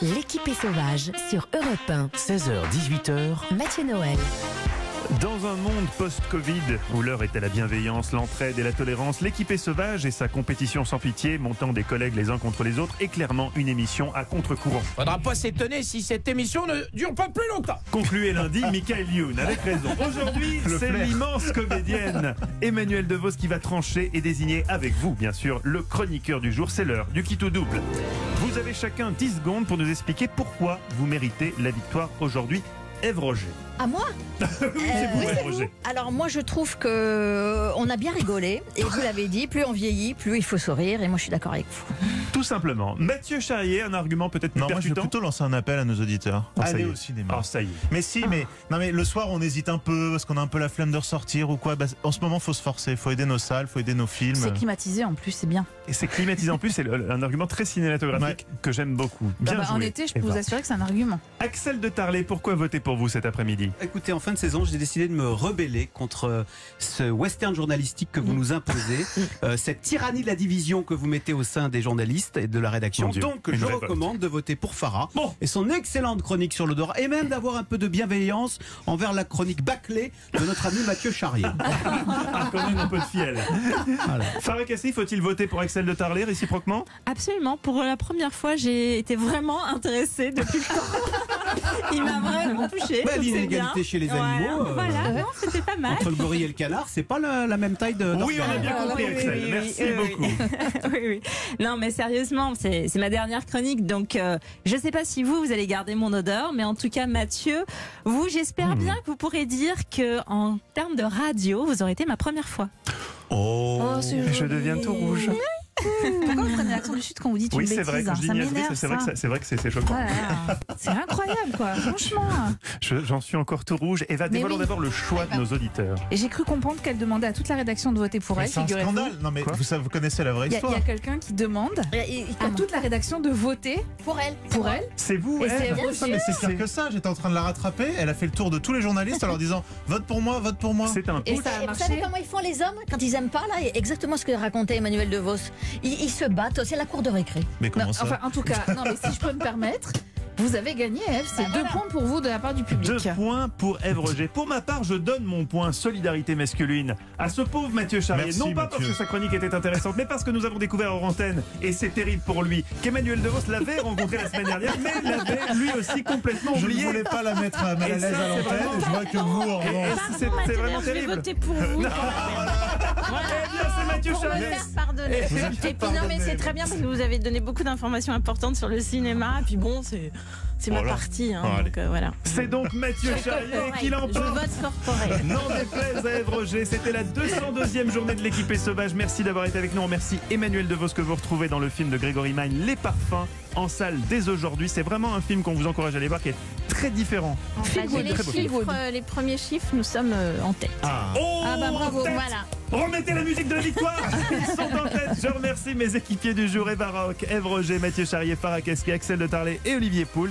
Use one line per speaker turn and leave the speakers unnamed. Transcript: L'équipe est sauvage sur Europe 1.
16h, 18h,
Mathieu Noël.
Dans un monde post-Covid où l'heure est à la bienveillance, l'entraide et la tolérance, l'équipée sauvage et sa compétition sans pitié, montant des collègues les uns contre les autres, est clairement une émission à contre-courant.
Faudra pas s'étonner si cette émission ne dure pas plus longtemps.
Concluez lundi, Michael Youn, avec raison. Aujourd'hui, c'est l'immense comédienne Emmanuel DeVos qui va trancher et désigner avec vous, bien sûr, le chroniqueur du jour. C'est l'heure du kit au double. Vous avez chacun 10 secondes pour nous expliquer pourquoi vous méritez la victoire aujourd'hui. Ève Roger.
À moi Euh,
Oui, c'est vous, Ève Roger.
Alors moi je trouve que euh, on a bien rigolé et vous l'avez dit, plus on vieillit, plus il faut sourire et moi je suis d'accord avec vous.
Tout simplement. Mathieu Charrier, un argument peut-être plus
Non, moi je vais
percutant.
plutôt lancer un appel à nos auditeurs.
Ah, ça y
Allez
est.
au cinéma.
Ah, ça y est.
Mais si, mais non, mais le soir on hésite un peu parce qu'on a un peu la flemme de ressortir ou quoi. Bah, en ce moment, faut se forcer, faut aider nos salles, faut aider nos films.
C'est climatisé en plus, c'est bien.
Et c'est climatisé en plus, c'est le- un argument très cinématographique que j'aime beaucoup. Bien
Ah bah,
joué.
en été, je peux
Eva.
vous assurer que c'est un argument.
Axel de Tarlé, pourquoi voter pour vous cet après-midi
Écoutez, en fin de saison, j'ai décidé de me rebeller contre euh, ce western journalistique que vous nous imposez, euh, cette tyrannie de la division que vous mettez au sein des journalistes et de la rédaction.
Mon Dieu,
Donc,
une
je
révolte.
recommande de voter pour Farah
Bon.
et son excellente chronique sur l'odorat, et même d'avoir un peu de bienveillance envers la chronique bâclée de notre ami Mathieu Charrier.
Ah, quand même un peu de fiel. Farah Kassi, faut-il voter pour Axel de Tarlé réciproquement
Absolument. Pour la première fois, j'ai été vraiment intéressée depuis le temps. Il m'a vraiment touchée.
Bah,
donc c'est
L'inégalité
bien.
chez les
Voilà,
animaux. euh,
Voilà, non, c'était pas mal.
Entre le gorille et le canard, c'est pas la, la même taille de.
Oui, on a bien
Ah,
compris,
oui, oui,
Axel.
oui,
Merci
oui, oui.
beaucoup.
oui, oui. Non, mais sérieusement, c'est c'est ma dernière chronique. Donc, euh, je ne sais pas si vous, vous allez garder mon odeur, mais en tout cas, Mathieu, vous,
Hmm.
j'espère bien que vous pourrez dire que en termes de radio, vous aurez été ma première fois.
Oh,
Je deviens tout rouge.
Pourquoi vous prenez l'accent du Sud quand vous dites
Oui,
une
c'est
bêtise
vrai, quand je dis
hein. Ça
niaiserie,
m'énerve,
c'est vrai que
ça.
ça- c'est vrai que c'est c'est choquant.
Voilà. C'est incroyable, quoi. Franchement.
Je- J'en suis encore tout rouge. Eva,
Mais
dévoilons
oui. Eh ben.
d'abord le choix de nos auditeurs.
Et j'ai cru comprendre qu'elle demandait à toute la rédaction de voter pour
Mais
elle.
c'est un
figurez-vous.
scandale. Non, mais
Quoi
vous, savez- vous connaissez la vraie
Il y a, il
histoire.
y a quelqu'un qui demande à toute la rédaction de voter
Pour elle.
pour elle.
C'est vous,
Et c'est
Ève
Ève
Non, mais c'est pire que ça. J'étais en train de la rattraper. Elle a fait le tour de tous les journalistes en leur disant vote pour moi, vote pour moi.
C'est un
Et
putsch.
ça a
Et vous savez
marché.
comment ils font les hommes quand ils aiment pas là Exactement ce que racontait Emmanuel DeVos. Ils, ils se battent, c'est la cour de récré.
Mais comment
Non,
ça
enfin, en tout cas, non, mais si je peux me permettre, vous avez gagné, Eve. C'est
Bah,
deux points pour vous de la part du public.
Deux points pour Ève Roger. Pour ma part, je donne mon point solidarité masculine à ce pauvre Mathieu Charrier.
Merci,
non pas
Mathieu.
parce que sa chronique était intéressante, mais parce que nous avons découvert hors antenne, et c'est terrible pour lui, qu'Emmanuel DeVos l'avait rencontré la semaine dernière, mais l'avait lui aussi complètement
Je
oublié.
ne voulais pas la mettre à mal à
Et ça,
l'aise à
c'est
l'antenne.
vraiment-
Je vois que vous, en
Et- et
revanche,
Ah
c'est- C'est vraiment
je vais
terrible.
voter pour vous.
Eh bien, c'est Mathieu
Ah, Pour me
Charrier.
faire pardonner.
vous êtes
Et puis non, mais
pardonné.
c'est très bien parce que vous avez donné beaucoup d'informations importantes sur le cinéma. Et puis bon, c'est c'est ma
Oh là.
partie. hein,
Oh, allez.
donc euh, voilà.
C'est donc Mathieu Charrier qui
Je
l'emporte.
vote corporel.
N'en déplaise à Ève Roger, c'était la 202e journée de l'équipe sauvage. Merci d'avoir été avec nous. On remercie Emmanuel DeVos que vous retrouvez dans le film de Grégory Magne, Les Parfums, en salle dès aujourd'hui. C'est vraiment un film qu'on vous encourage à aller voir qui est très différent.
Feel good,
très beau.
feel good.
les premiers chiffres, nous sommes euh, en tête.
Oh,
Ah bah bravo,
en tête
voilà.
Remettez la musique de la victoire Ils sont en tête Je remercie mes équipiers du jour, Eva Rock, Ève Roger, Mathieu Charrier, Farah Kasky, Axel de Tarlet et Olivier Pouls.